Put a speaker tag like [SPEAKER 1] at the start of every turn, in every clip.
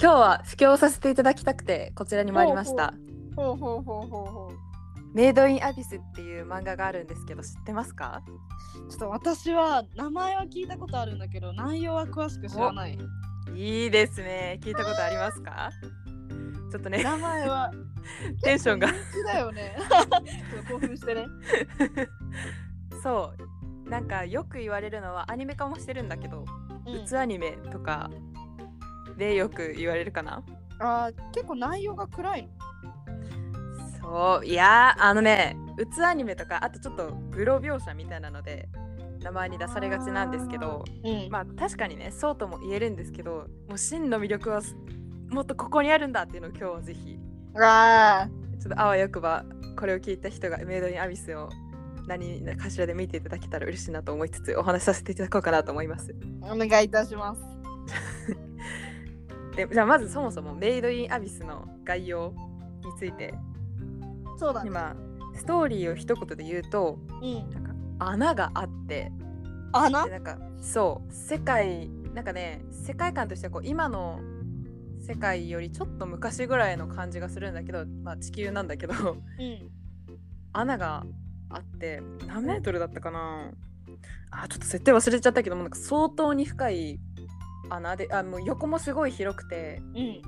[SPEAKER 1] 今日は布教させていただきたくてこちらに参りました
[SPEAKER 2] ほうほうほうほうほう
[SPEAKER 1] メイドインアビスっていう漫画があるんですけど知ってますか
[SPEAKER 2] ちょっと私は名前は聞いたことあるんだけど内容は詳しく知らない
[SPEAKER 1] いいですね聞いたことありますかちょっとね
[SPEAKER 2] 名前は
[SPEAKER 1] テンションが
[SPEAKER 2] 結構人気だよねちょっと興奮してね
[SPEAKER 1] そうなんかよく言われるのはアニメ化もしてるんだけど、うつ
[SPEAKER 2] うん
[SPEAKER 1] アニメとかでよく言われるかな
[SPEAKER 2] あー結構内容が暗いの
[SPEAKER 1] そういやーあのねうつアニメとかあとちょっとグロ描写みたいなので名前に出されがちなんですけど
[SPEAKER 2] うん
[SPEAKER 1] まあ確かにねそうとも言えるんですけどもう真の魅力はもっとここにあるんだっていうのを今日はぜひ
[SPEAKER 2] あ
[SPEAKER 1] ちょっとあわよくばこれを聞いた人がメイドインアビスを何かしらで見ていただけたら嬉しいなと思いつつお話しさせていただこうかなと思います。
[SPEAKER 2] ーお願いいたします
[SPEAKER 1] でじゃあまずそもそもメイドインアビスの概要について
[SPEAKER 2] そうだね
[SPEAKER 1] 今ストーリーを一言で言うと
[SPEAKER 2] うん
[SPEAKER 1] なんか穴があって
[SPEAKER 2] 穴
[SPEAKER 1] でなんかそう世界なんかね世界観としてはこう今の世界よりちょっと昔ぐらいの感じがするんだけど、まあ、地球なんだけど
[SPEAKER 2] うん
[SPEAKER 1] 穴があって何メートルだったかなあちょっと設定忘れちゃったけどもうなんか相当に深い穴であもう横もすごい広くて
[SPEAKER 2] うん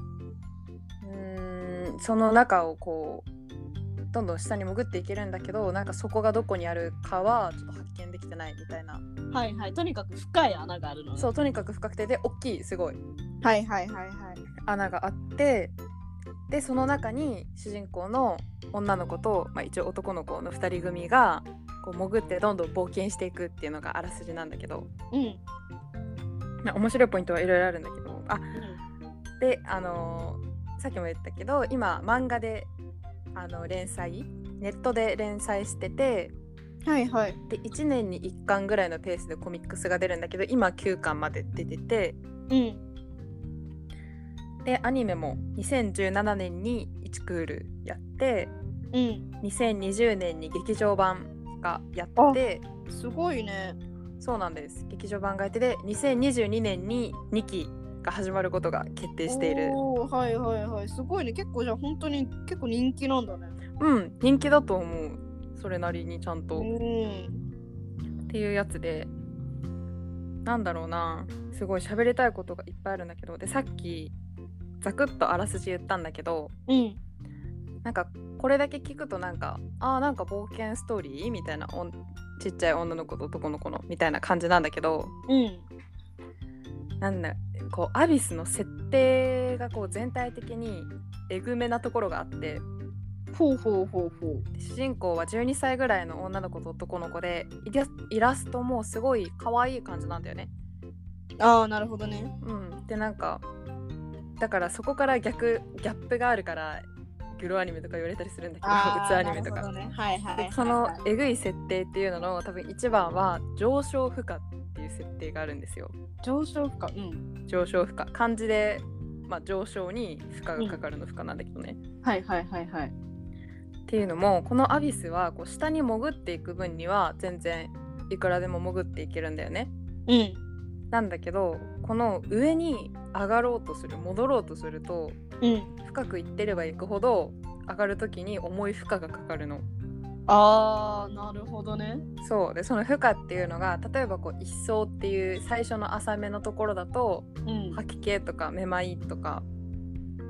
[SPEAKER 1] うーんその中をこうどんどん下に潜っていけるんだけどなんかそこがどこにあるかはちょっと発見できてないみたいな
[SPEAKER 2] はいはいとにかく深い穴があるのね
[SPEAKER 1] そうとにかく深くてで大きいすごい
[SPEAKER 2] はいはいはいはい
[SPEAKER 1] 穴があってでその中に主人公の女の子と、まあ、一応男の子の2人組がこう潜ってどんどん冒険していくっていうのがあらすじなんだけど
[SPEAKER 2] うん
[SPEAKER 1] まあ面白いポイントはいろいろあるんだけどあであのーさっきも言ったけど今漫画であの連載ネットで連載してて
[SPEAKER 2] はいはい
[SPEAKER 1] で1年に1巻ぐらいのペースでコミックスが出るんだけど今9巻まで出てて
[SPEAKER 2] うん
[SPEAKER 1] でアニメも2017年に1クールやって
[SPEAKER 2] うん
[SPEAKER 1] 2020年に劇場版がやって
[SPEAKER 2] すごいね
[SPEAKER 1] そうなんです劇場版がやってで2022年に2期が始まることが決定している
[SPEAKER 2] おーはいはいはいすごいね結構じゃあ本当に結構人気なんだね
[SPEAKER 1] うん人気だと思うそれなりにちゃんと、
[SPEAKER 2] ん
[SPEAKER 1] っていうやつでなんだろうなすごい喋りたいことがいっぱいあるんだけどでさっきざくっとあらすじ言ったんだけど
[SPEAKER 2] うん
[SPEAKER 1] なんかこれだけ聞くとなんかあーなんか冒険ストーリーみたいなおんちっちゃい女の子と男の子のみたいな感じなんだけど
[SPEAKER 2] うん
[SPEAKER 1] なんだこうアビスの設定がこう全体的にえぐめなところがあって
[SPEAKER 2] ほうほうほうほう
[SPEAKER 1] で主人公は12歳ぐらいの女の子と男の子でイライラストもすごい可愛い感じなんだよね。
[SPEAKER 2] ああなるほどね
[SPEAKER 1] うん、でなんかだからそこから逆ギャップがあるからグロアニメとか言われたりするんだけど
[SPEAKER 2] あ
[SPEAKER 1] う
[SPEAKER 2] ー
[SPEAKER 1] つアニメと
[SPEAKER 2] なる
[SPEAKER 1] か。
[SPEAKER 2] ほどねはいはいはいはい
[SPEAKER 1] でそのえぐい設定っていうのの多分一番は上昇負荷っていう設定があるんですよ。
[SPEAKER 2] 上昇負荷うん
[SPEAKER 1] 上昇負荷漢字で、まあ、上昇に負荷がかかるの負荷なんだけどね。
[SPEAKER 2] はいはいはいはい
[SPEAKER 1] っていうのもこのアビスはこう下に潜っていく分には全然いくらでも潜っていけるんだよね。
[SPEAKER 2] うん
[SPEAKER 1] なんだけどこの上に上がろうとする戻ろうとすると
[SPEAKER 2] うん
[SPEAKER 1] 深くいってればいくほど上がる時に重い負荷がかかるの。
[SPEAKER 2] ああなるほどね
[SPEAKER 1] そうでその負荷っていうのが例えばこう一層っていう最初の浅めのところだと
[SPEAKER 2] うん
[SPEAKER 1] 吐き気とかめまいとか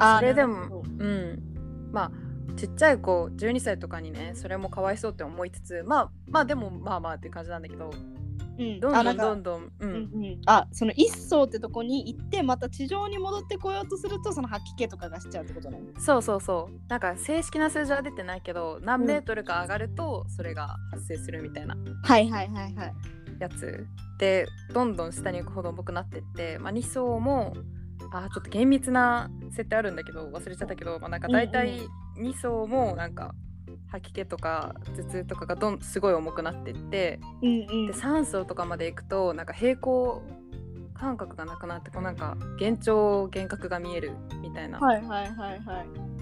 [SPEAKER 2] あー
[SPEAKER 1] それで
[SPEAKER 2] なるほ
[SPEAKER 1] もうんまあちっちゃい子12歳とかにねそれもかわいそうって思いつつまあまあでもまあまあっていう感じなんだけど
[SPEAKER 2] うん
[SPEAKER 1] どん
[SPEAKER 2] あ
[SPEAKER 1] ど
[SPEAKER 2] なんか
[SPEAKER 1] どんどんう
[SPEAKER 2] うん
[SPEAKER 1] ん
[SPEAKER 2] うん、あその一層ってとこに行ってまた地上に戻ってこようとするとその吐き気とかがしちゃうってことね
[SPEAKER 1] そうそうそうなんか正式な数字は出てないけど何メートルか上がるとそれが発生するみたいな
[SPEAKER 2] はいはいはいはい
[SPEAKER 1] やつでどんどん下に行くほど重くなってって、まあ、2層もあーちょっと厳密な設定あるんだけど忘れちゃったけど、まあ、なんか大体2層もなんか吐き気とか頭痛とかがどんすごい重くなってって
[SPEAKER 2] うんうん
[SPEAKER 1] で3層とかまで行くとなんか平行感覚がなくなってこうなんか幻聴幻覚が見えるみたいな、
[SPEAKER 2] はいはいはいはい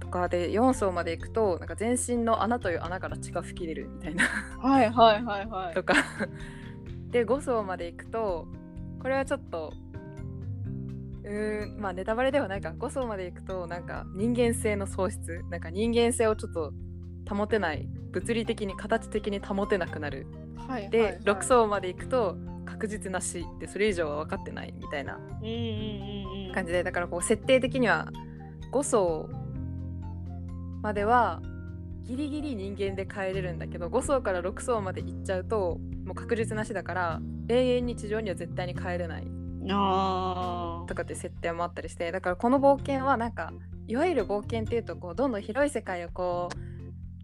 [SPEAKER 1] とかで4層まで行くとなんか全身の穴という穴から血が吹き出るみたいな
[SPEAKER 2] はいはいはいはい
[SPEAKER 1] とかで5層まで行くとこれはちょっとうーんまあネタバレではないか5層まで行くとなんか人間性の喪失なんか人間性をちょっと保てない物理的に形的に保てなくなる
[SPEAKER 2] はいはいはい
[SPEAKER 1] で、六6層まで行くと確実な死でそれ以上は分かってないみたいな
[SPEAKER 2] うんうんうんうん
[SPEAKER 1] 感じでだからこう設定的には5層まではギリギリ人間で帰れるんだけど5層から6層まで行っちゃうともう確実な死だから永遠に地上には絶対に帰れない
[SPEAKER 2] あ
[SPEAKER 1] とかっていう設定もあったりしてだからこの冒険はなんかいわゆる冒険っていうとこうどんどん広い世界をこう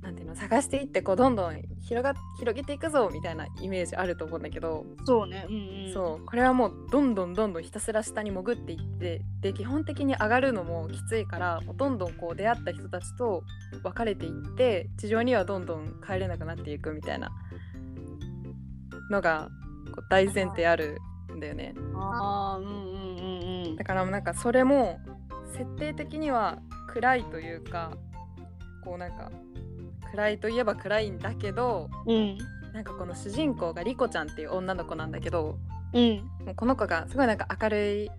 [SPEAKER 1] なんていうの探していってこうどんどん広が広げていくぞみたいなイメージあると思うんだけど、
[SPEAKER 2] ーそうねうんうん
[SPEAKER 1] そうこれはもうどんどんどんどんひたすら下に潜っていってで基本的に上がるのもきついからもうどんどんこう出会った人たちと別れていって地上にはどんどん帰れなくなっていくみたいなのがこう大前提あるんだよね。
[SPEAKER 2] ああうんうんうんうん
[SPEAKER 1] だからなんかそれも設定的には暗いというかこうなんか暗いといえば暗いんだけど
[SPEAKER 2] うん
[SPEAKER 1] なんかこの主人公がリコちゃんっていう女の子なんだけど
[SPEAKER 2] うん
[SPEAKER 1] もうこの子がすごいなんか明るい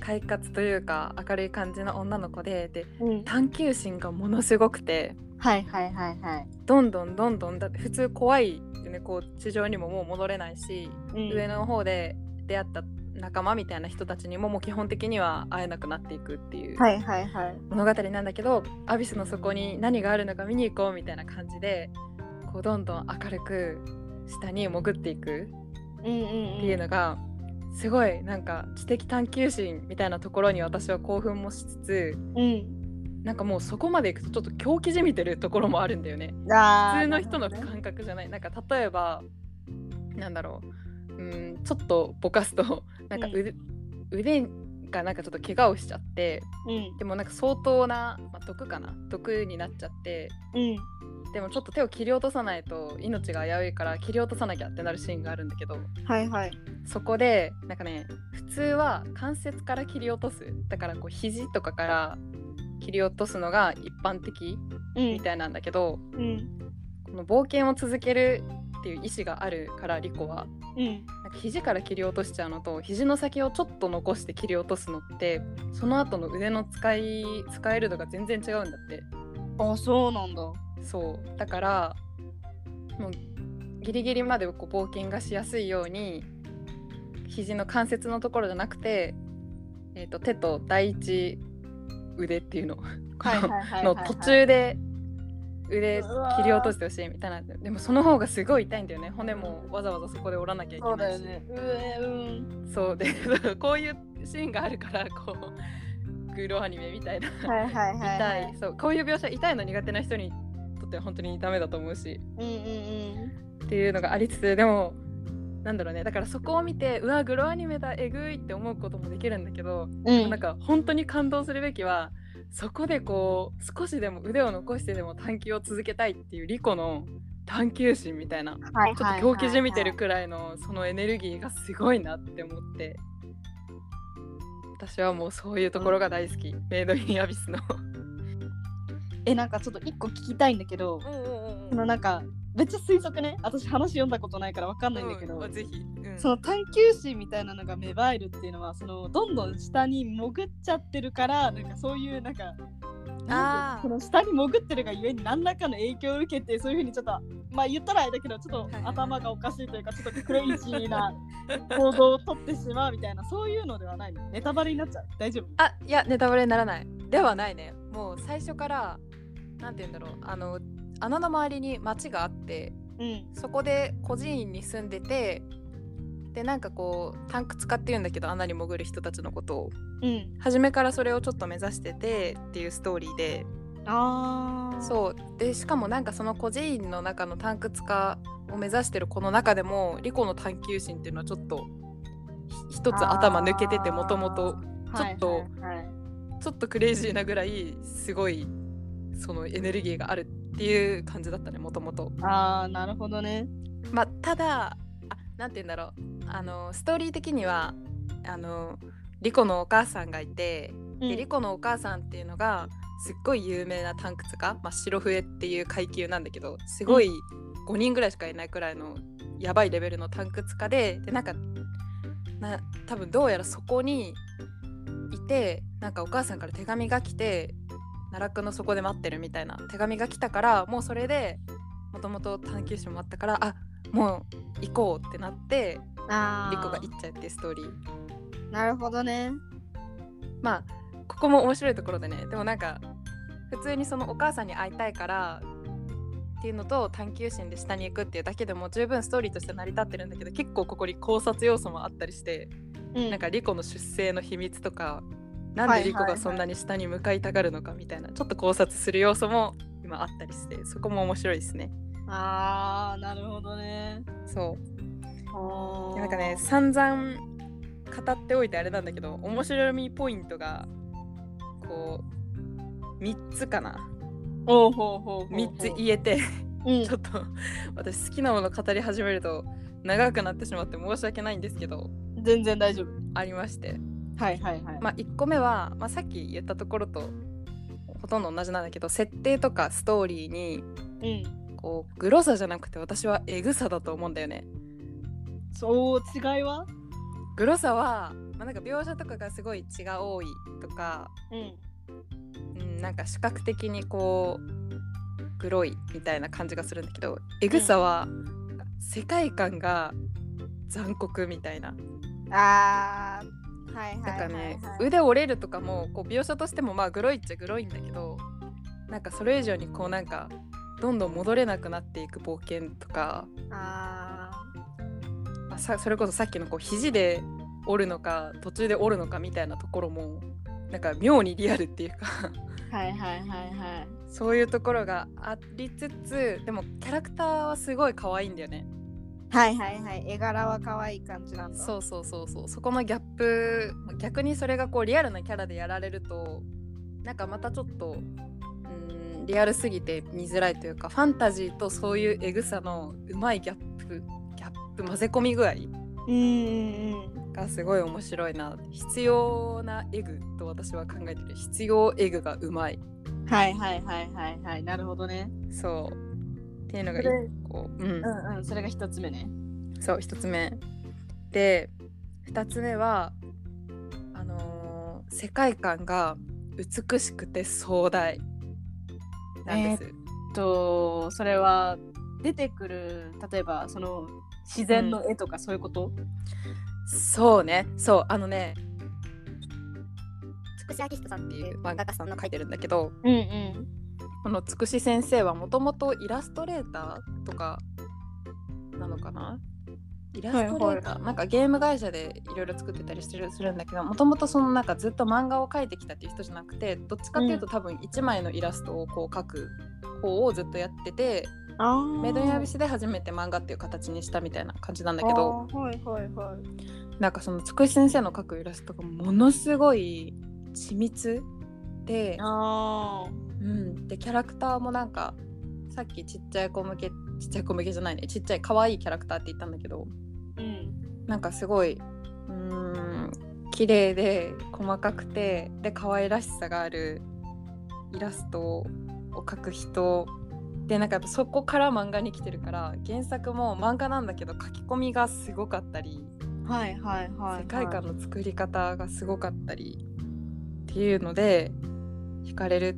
[SPEAKER 1] 快活というか明るい感じの女の子でで
[SPEAKER 2] うん
[SPEAKER 1] 探求心がものすごくて
[SPEAKER 2] はいはいはいはい
[SPEAKER 1] どんどんどんどんだって普通怖いよねこう地上にももう戻れないし
[SPEAKER 2] うん
[SPEAKER 1] 上の方で出会った仲間みたいな人たちにももう基本的には会えなくなっていくっていう。
[SPEAKER 2] はいはいはい
[SPEAKER 1] 物語なんだけどアビスの底に何があるのか見に行こうみたいな感じでこうどんどん明るく下に潜っていく
[SPEAKER 2] うん
[SPEAKER 1] っ
[SPEAKER 2] うん
[SPEAKER 1] ていうのが、すごいなんか知的探求心みたいなところに私は興奮もしつつ
[SPEAKER 2] うん
[SPEAKER 1] なんかもうそこまで行くとちょっと狂気じみてるところもあるんだよね
[SPEAKER 2] あー
[SPEAKER 1] 普通の人の
[SPEAKER 2] なるほどね
[SPEAKER 1] 感覚じゃないなんか例えばなんだろううんちょっとぼかすとなんか腕,、腕がなんかちょっと怪我をしちゃってでもなんか相当な、まあ、毒かな毒になっちゃって
[SPEAKER 2] うんうん
[SPEAKER 1] でもちょっと手を切り落とさないと命が危ういから切り落とさなきゃってなるシーンがあるんだけど
[SPEAKER 2] はいはい
[SPEAKER 1] そこでなんかね普通は関節から切り落とすだからこう肘とかから切り落とすのが一般的
[SPEAKER 2] うん
[SPEAKER 1] みたいなんだけど、
[SPEAKER 2] うん
[SPEAKER 1] この冒険を続けるっていう意思があるからリコは
[SPEAKER 2] うん
[SPEAKER 1] なんか肘から切り落としちゃうのと肘の先をちょっと残して切り落とすのってその後の腕の使い使える度が全然違うんだって。
[SPEAKER 2] あそうなんだ
[SPEAKER 1] そうだからもうギリギリまでこう冒険がしやすいように肘の関節のところじゃなくて、えー、と手と第一腕っていうのこ
[SPEAKER 2] はいはいはいは い
[SPEAKER 1] のの途中で腕
[SPEAKER 2] うわー
[SPEAKER 1] 切り落としてほしいみたいなでもその方がすごい痛いんだよね骨もわざわざそこで折らなきゃい
[SPEAKER 2] そ
[SPEAKER 1] け
[SPEAKER 2] う
[SPEAKER 1] な
[SPEAKER 2] だ
[SPEAKER 1] い
[SPEAKER 2] よ
[SPEAKER 1] し
[SPEAKER 2] ねうえうん
[SPEAKER 1] そうで こういうシーンがあるからこうグロアニメみたいな
[SPEAKER 2] はいはいはいは
[SPEAKER 1] 痛いそうこういう描写痛いの苦手な人にとっては本当にダメだと思うし
[SPEAKER 2] うんうん
[SPEAKER 1] っていうのがありつつでもなんだろうねだからそこを見てうわグロアニメだえぐいって思うこともできるんだけど、
[SPEAKER 2] うんうん
[SPEAKER 1] なんか本当に感動するべきはそこでこう少しでも腕を残してでも探求を続けたいっていうリコの探求心みたいなち
[SPEAKER 2] はい
[SPEAKER 1] ょっ
[SPEAKER 2] はい
[SPEAKER 1] と狂気じみてるくらいのそのエネルギーがすごいなって思って私はもうそういうところが大好き、メイドインアビスの。
[SPEAKER 2] えなんかちょっと一個聞きたいんだけど そのなんかめっちゃ推測ね私話読んだことないからわかんないんだけど、
[SPEAKER 1] うんぜひ、うん
[SPEAKER 2] その探求心みたいなのが芽生えるっていうのはそのどんどん下に潜っちゃってるからなんかそういうなんかなん
[SPEAKER 1] あー
[SPEAKER 2] ていうのその下に潜ってるがゆえに何らかの影響を受けてそういうふうにちょっとまあ言ったらあれだけどちょっ
[SPEAKER 1] いはい
[SPEAKER 2] と頭がおかしいというかちょっとクレイジーな行動をとってしまうみたいなそういうのではないのネタバレになっちゃう大丈夫
[SPEAKER 1] あいやネタバレにならないではないねもう最初からなんて言うんだろうあの穴の周りに町があって
[SPEAKER 2] うん
[SPEAKER 1] そこで孤児院に住んでてでなんかこうタンク使ってるんだけど穴に潜る人たちのことを
[SPEAKER 2] うん
[SPEAKER 1] 初めからそれをちょっと目指しててっていうストーリーで
[SPEAKER 2] ああう
[SPEAKER 1] そうでしかもなんかその孤児院の中のタンク使を目指してる子の中でもリコの探求心っていうのはちょっとひ一つ頭抜けててもともとちょっと
[SPEAKER 2] はいはいはい
[SPEAKER 1] ちょっとクレイジーなぐらいすごいそのエネルギーがあるっていう感じだったねもともと。
[SPEAKER 2] ああなるほどね。
[SPEAKER 1] まあ、ただあなんて言うんだろうあのストーリー的にはあのリコのお母さんがいて、
[SPEAKER 2] うん
[SPEAKER 1] でリコのお母さんっていうのがすっごい有名なタンクツカ、まあ、白笛っていう階級なんだけどすごい5人ぐらいしかいないくらいのやばいレベルのタンクツカででなんかな多分どうやらそこにいてなんかお母さんから手紙が来て奈落の底で待ってるみたいな手紙が来たからもうそれでもともと探求心もあったからあもう行こうってなって
[SPEAKER 2] あ
[SPEAKER 1] リコ
[SPEAKER 2] ー
[SPEAKER 1] が行っちゃうっていうストーリー
[SPEAKER 2] なるほどね
[SPEAKER 1] まあここも面白いところでねでもなんか普通にそのお母さんに会いたいからっていうのと探求心で下に行くっていうだけでも十分ストーリーとして成り立ってるんだけど結構ここに考察要素もあったりして
[SPEAKER 2] うん
[SPEAKER 1] なんかリコの出生の秘密とかなんでリコがそんなに下に向かいたがるのかみたいなちょっと考察する要素も今あったりしてそこも面白いですね。
[SPEAKER 2] あーなるほどね
[SPEAKER 1] そう
[SPEAKER 2] あ
[SPEAKER 1] なんかね散々語っておいてあれなんだけど面白みポイントがこう3つかな
[SPEAKER 2] おうほうほうほうほう
[SPEAKER 1] 3つ言えて
[SPEAKER 2] うん
[SPEAKER 1] ちょっと私好きなもの語り始めると長くなってしまって申し訳ないんですけど
[SPEAKER 2] 全然大丈夫
[SPEAKER 1] ありまして、
[SPEAKER 2] はいはいはい、
[SPEAKER 1] まあ、1個目は、まあ、さっき言ったところとほとんど同じなんだけど設定とかストーリーに
[SPEAKER 2] うん
[SPEAKER 1] こうグロさじゃなくて私はエグさだと思うんだよね。
[SPEAKER 2] そう違いは
[SPEAKER 1] グロさは、まあ、なんか描写とかがすごい血が多いとか
[SPEAKER 2] うん
[SPEAKER 1] うん、なんか視覚的にこう黒いみたいな感じがするんだけどエグさは世界観が残酷みたいな
[SPEAKER 2] あーはい
[SPEAKER 1] なん
[SPEAKER 2] は
[SPEAKER 1] か
[SPEAKER 2] いはい、はい
[SPEAKER 1] ね、腕折れるとかもこう描写としてもまあグロいっちゃグロいんだけどなんかそれ以上にこうなんかどんどん戻れなくなっていく冒険とか、
[SPEAKER 2] あ
[SPEAKER 1] まあさそれこそさっきのこう肘で折るのか途中で折るのかみたいなところもなんか妙にリアルっていうか。
[SPEAKER 2] ーはいはいはいはい
[SPEAKER 1] そういうところがありつつでもキャラクターはすごい可愛いんだよね
[SPEAKER 2] はいはいはい絵柄は可愛い感じなんだ
[SPEAKER 1] そうそうそうそうそこのギャップ逆にそれがこうリアルなキャラでやられるとなんかまたちょっとうんリアルすぎて見づらいというかファンタジーとそういうエグさのうまいギャップギャップ混ぜ込み具合
[SPEAKER 2] うんうんうん
[SPEAKER 1] がすごい面白いな必要なエグと私は考えてる必要エグがうまい
[SPEAKER 2] はいはいはいはいはいなるほどね
[SPEAKER 1] そうっていうのが
[SPEAKER 2] それ
[SPEAKER 1] 一個うん
[SPEAKER 2] うんうんそれが一つ目ね
[SPEAKER 1] そう一つ目で二つ目はあのー世界観が美しくて壮大なんです、
[SPEAKER 2] とそれは出てくる例えばその自然の絵とかそういうこと、
[SPEAKER 1] そうねそうあのね
[SPEAKER 3] つくしアキストさん
[SPEAKER 1] っ
[SPEAKER 3] ってて
[SPEAKER 1] い
[SPEAKER 3] いうう漫
[SPEAKER 1] 漫画
[SPEAKER 3] 画
[SPEAKER 1] 家
[SPEAKER 3] 家
[SPEAKER 1] さ
[SPEAKER 3] さ
[SPEAKER 1] ん
[SPEAKER 3] ん
[SPEAKER 1] が
[SPEAKER 3] の書
[SPEAKER 1] 書い
[SPEAKER 3] い
[SPEAKER 1] て
[SPEAKER 3] てる
[SPEAKER 1] るんだけど
[SPEAKER 2] うんうん
[SPEAKER 1] このつくし先生はもともとイラストレーターとかなのかなイラストレーター、
[SPEAKER 2] はいは
[SPEAKER 1] なんかゲーム会社でいろいろ作ってたりしてるするんだけどもともとそのなんかずっと漫画を描いてきたっていう人じゃなくてどっちかっていうと多分1枚のイラストをこう描く方をずっとやってて、
[SPEAKER 2] あ
[SPEAKER 1] メイドインアビ
[SPEAKER 2] ス
[SPEAKER 1] スで初めて漫画っていう形にしたみたいな感じなんだけど
[SPEAKER 2] はいはいはい
[SPEAKER 1] なんかそのつくし先生の描くイラストがものすごい緻密で。
[SPEAKER 2] あ
[SPEAKER 1] うん、でキャラクターもなんかさっきちっちゃい子向けちっちゃい子向けじゃないねちっちゃい可愛いキャラクターって言ったんだけど
[SPEAKER 2] ーうん
[SPEAKER 1] なんかすごいうーん綺麗で細かくてで可愛らしさがあるイラストを描く人でなんかやっぱそこから漫画に来てるから原作も漫画なんだけど書き込みがすごかったり
[SPEAKER 2] はいはいはい、はい、
[SPEAKER 1] 世界観の作り方がすごかったりっていうので惹かれる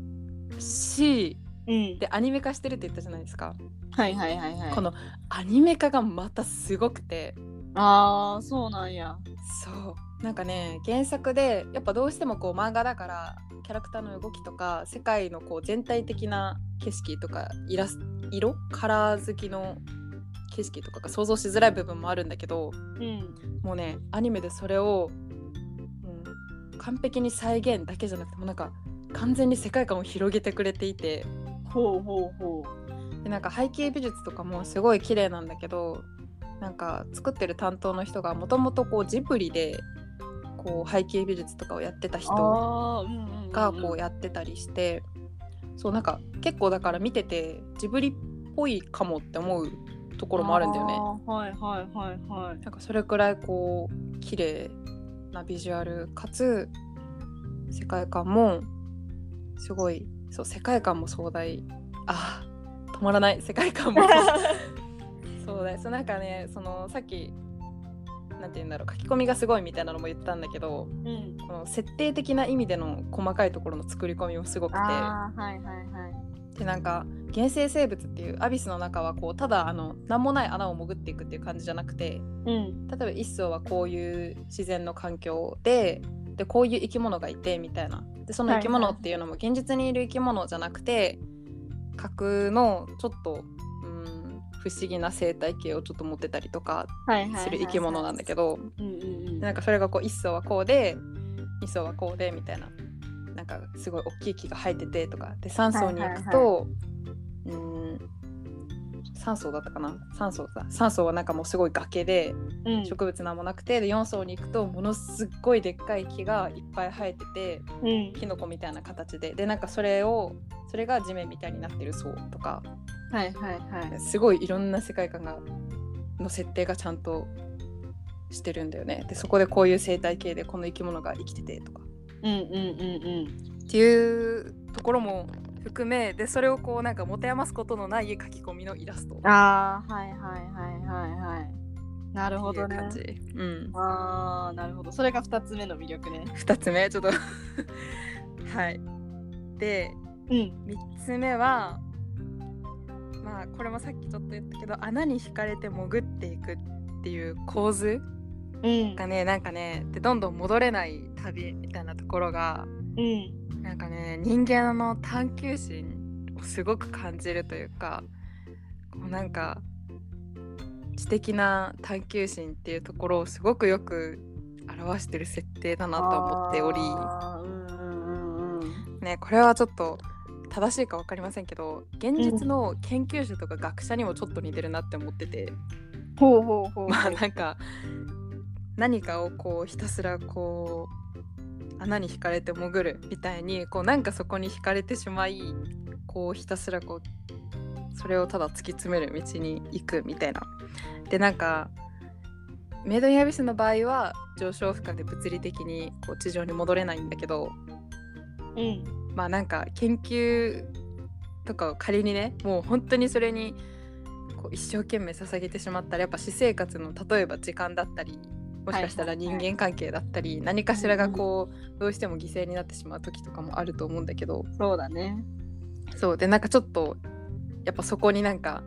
[SPEAKER 1] し
[SPEAKER 2] うん
[SPEAKER 1] でアニメ化してるって言ったじゃないですか、
[SPEAKER 2] はいはいはいはい
[SPEAKER 1] このアニメ化がまたすごくて
[SPEAKER 2] ああそうなんや
[SPEAKER 1] そうなんかね原作でやっぱどうしてもこう漫画だからキャラクターの動きとか世界のこう全体的な景色とかイラス色カラー好きの景色とかが想像しづらい部分もあるんだけど
[SPEAKER 2] うん
[SPEAKER 1] もうねアニメでそれを、うん、完璧に再現だけじゃなくてもうなんか完全に世界観を広げてくれていて。
[SPEAKER 2] ほうほうほ
[SPEAKER 1] でなんか背景美術とかもすごい綺麗なんだけどなんか作ってる担当の人がもともとこうジブリでこう背景美術とかをやってた
[SPEAKER 2] う
[SPEAKER 1] 人
[SPEAKER 2] あーうんうんうん
[SPEAKER 1] がこうやってたりして、そうなんか結構だから見ててジブリっぽいかもって思うところもあるんだよね。
[SPEAKER 2] あーはいはいはいはい
[SPEAKER 1] なんかそれくらいこう綺麗なビジュアルかつ世界観もすごいそう世界観も壮大あー止まらない世界観も壮大そうなんかねそのさっきなんて言うんだろう書き込みがすごいみたいなのも言ったんだけど
[SPEAKER 2] うん。
[SPEAKER 1] この設定的な意味での細かいところの作り込みもすごくて
[SPEAKER 2] ああ、はいはいはい。
[SPEAKER 1] でなんか原生生物っていうアビスの中はこうただあの何もない穴を潜っていくっていう感じじゃなくて
[SPEAKER 2] うん。
[SPEAKER 1] 例えば一層はこういう自然の環境ででこういう生き物がいてみたいなでその生き物っていうのも現実にいる生き物じゃなくて架空のちょっとうん不思議な生態系をちょっと持ってたりとか
[SPEAKER 2] はいはいはい。
[SPEAKER 1] する生き物なんだけど
[SPEAKER 2] ど。うんうんうん。
[SPEAKER 1] なんかそれがこう一層はこうで二層はこうでみたいななんかすごい大きい木が生えててとかで三層に行くと、うん三層だったかな三層だ三層はなんかもうすごい崖で
[SPEAKER 2] うん
[SPEAKER 1] 植物なんもなくてで4層に行くとものすっごいでっかい木がいっぱい生えてて
[SPEAKER 2] うん。
[SPEAKER 1] キノコみたいな形ででなんかそれをそれが地面みたいになってる層とか
[SPEAKER 2] はいはいはい。
[SPEAKER 1] すごいいろんな世界観がの設定がちゃんとしてるんだよねでそこでこういう生態系でこの生き物が生きててとか
[SPEAKER 2] うんうんうんうん。
[SPEAKER 1] っていうところも含めでそれをこうなんか持て余すことのない書き込みのイラストっていう
[SPEAKER 2] ああ、はいはいはいはいはい。なるほどね。
[SPEAKER 1] 感じ、うん、
[SPEAKER 2] ああ、なるほど。それが二つ目の魅力ね。
[SPEAKER 1] 2つ目ちょっと はいで
[SPEAKER 2] うん。
[SPEAKER 1] 3つ目はまあこれもさっきちょっと言ったけど穴に引かれて潜っていくっていう構図
[SPEAKER 2] うん
[SPEAKER 1] がねなんかねでどんどん戻れない旅みたいなところが
[SPEAKER 2] うん。
[SPEAKER 1] なんかね人間の探求心をすごく感じるというかこうなんか知的な探求心っていうところをすごくよく表してる設定だなと思っており。
[SPEAKER 2] あーうんうんうんうん。
[SPEAKER 1] ねこれはちょっと正しいか分かりませんけど現実の研究者とか学者にもちょっと似てるなって思ってて、
[SPEAKER 2] ほうほうほう。
[SPEAKER 1] まあなんか何かをこうひたすらこう穴に惹かれて潜るみたいにこうなんかそこに惹かれてしまいこうひたすらこうそれをただ突き詰める道に行くみたいな。でなんかメイド・イン・アビスの場合は上昇負荷で物理的にこう地上に戻れないんだけど、
[SPEAKER 2] うん。
[SPEAKER 1] まあなんか研究とかを仮にねもう本当にそれにこう一生懸命捧げてしまったらやっぱ私生活の例えば時間だったりもしかしたら
[SPEAKER 2] はいはい
[SPEAKER 1] 人
[SPEAKER 2] はい
[SPEAKER 1] 間関係だったり、何かしらがこうどうしても犠牲になってしまう時とかもあると思うんだけど
[SPEAKER 2] そうだね。
[SPEAKER 1] そうでなんかちょっとやっぱそこになんか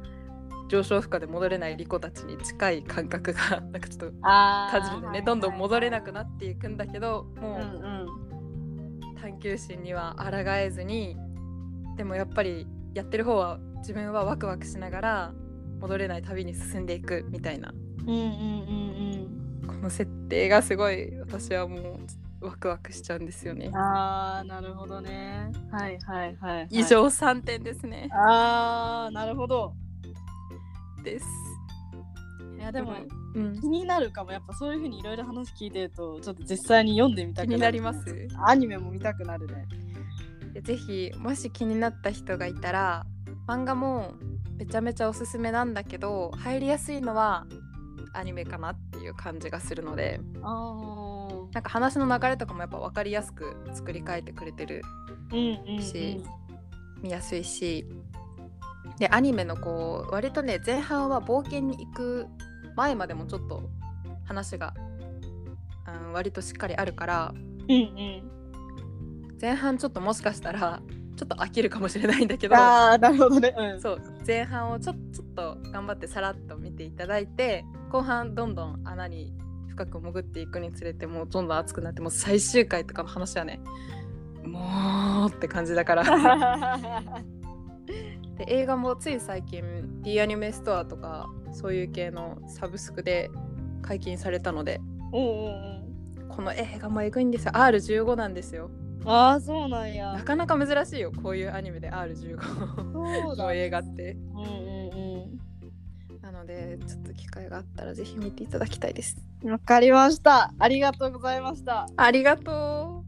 [SPEAKER 1] 上昇負荷で戻れないリコたちに近い感覚が なんかちょっと
[SPEAKER 2] ああ。
[SPEAKER 1] 感じるんだよねどんどん戻れな
[SPEAKER 2] く。
[SPEAKER 1] くなっていくんだけど
[SPEAKER 2] う
[SPEAKER 1] も
[SPEAKER 2] ん
[SPEAKER 1] う。探求心には抗えずにでもやっぱりやってる方は自分はワクワクしながら戻れない旅に進んでいくみたいな
[SPEAKER 2] うん。うんうん
[SPEAKER 1] この設定がすごい私はもうワクワクしちゃうんですよね
[SPEAKER 2] うん。。ああ、なるほどね。はいはいはい、はい。
[SPEAKER 1] 以。上3点ですね。
[SPEAKER 2] ああ、なるほど。
[SPEAKER 1] です。
[SPEAKER 2] いやでも
[SPEAKER 1] うん、
[SPEAKER 2] 気になるかもやっぱそういうふうにいろいろ話聞いてるとちょっと実際に読んでみた
[SPEAKER 1] 気
[SPEAKER 2] くなる
[SPEAKER 1] になります。
[SPEAKER 2] アニメも見たくなるね
[SPEAKER 1] ぜひもし気になった人がいたら漫画もめちゃめちゃおすすめなんだけど入りやすいのはアニメかなっていう感じがするので。
[SPEAKER 2] あ
[SPEAKER 1] なんか話の流れとかもやっぱ分かりやすく作り変えてくれてる
[SPEAKER 2] うんうん、うん、
[SPEAKER 1] し見やすいしでアニメのこう割とね前半は冒険に行く前までもちょっと話が、うん、割としっかりあるから
[SPEAKER 2] うんうん
[SPEAKER 1] 前半ちょっともしかしたらちょっと飽きるかもしれないんだけど
[SPEAKER 2] ああなるほどねうん
[SPEAKER 1] そう前半をちょちょっと頑張ってさらっと見ていただいて後半どんどん穴に深く潜っていくにつれてもうどんどん熱くなってもう最終回とかの話はねもうって感じだから で映画もつい最近 D アニメストアとかそういう系のサブスクで解禁されたので
[SPEAKER 2] うんうん
[SPEAKER 1] この映画もエグいんですよ R15 なんですよ
[SPEAKER 2] うんああそうなんや
[SPEAKER 1] なかなか珍しいよこういうアニメで R15
[SPEAKER 2] そうだ
[SPEAKER 1] の映画って
[SPEAKER 2] うんうん
[SPEAKER 1] なのでちょっと機会があったらぜひ見ていただきたいです
[SPEAKER 2] うんわかりましたありがとうございました
[SPEAKER 1] ありがとう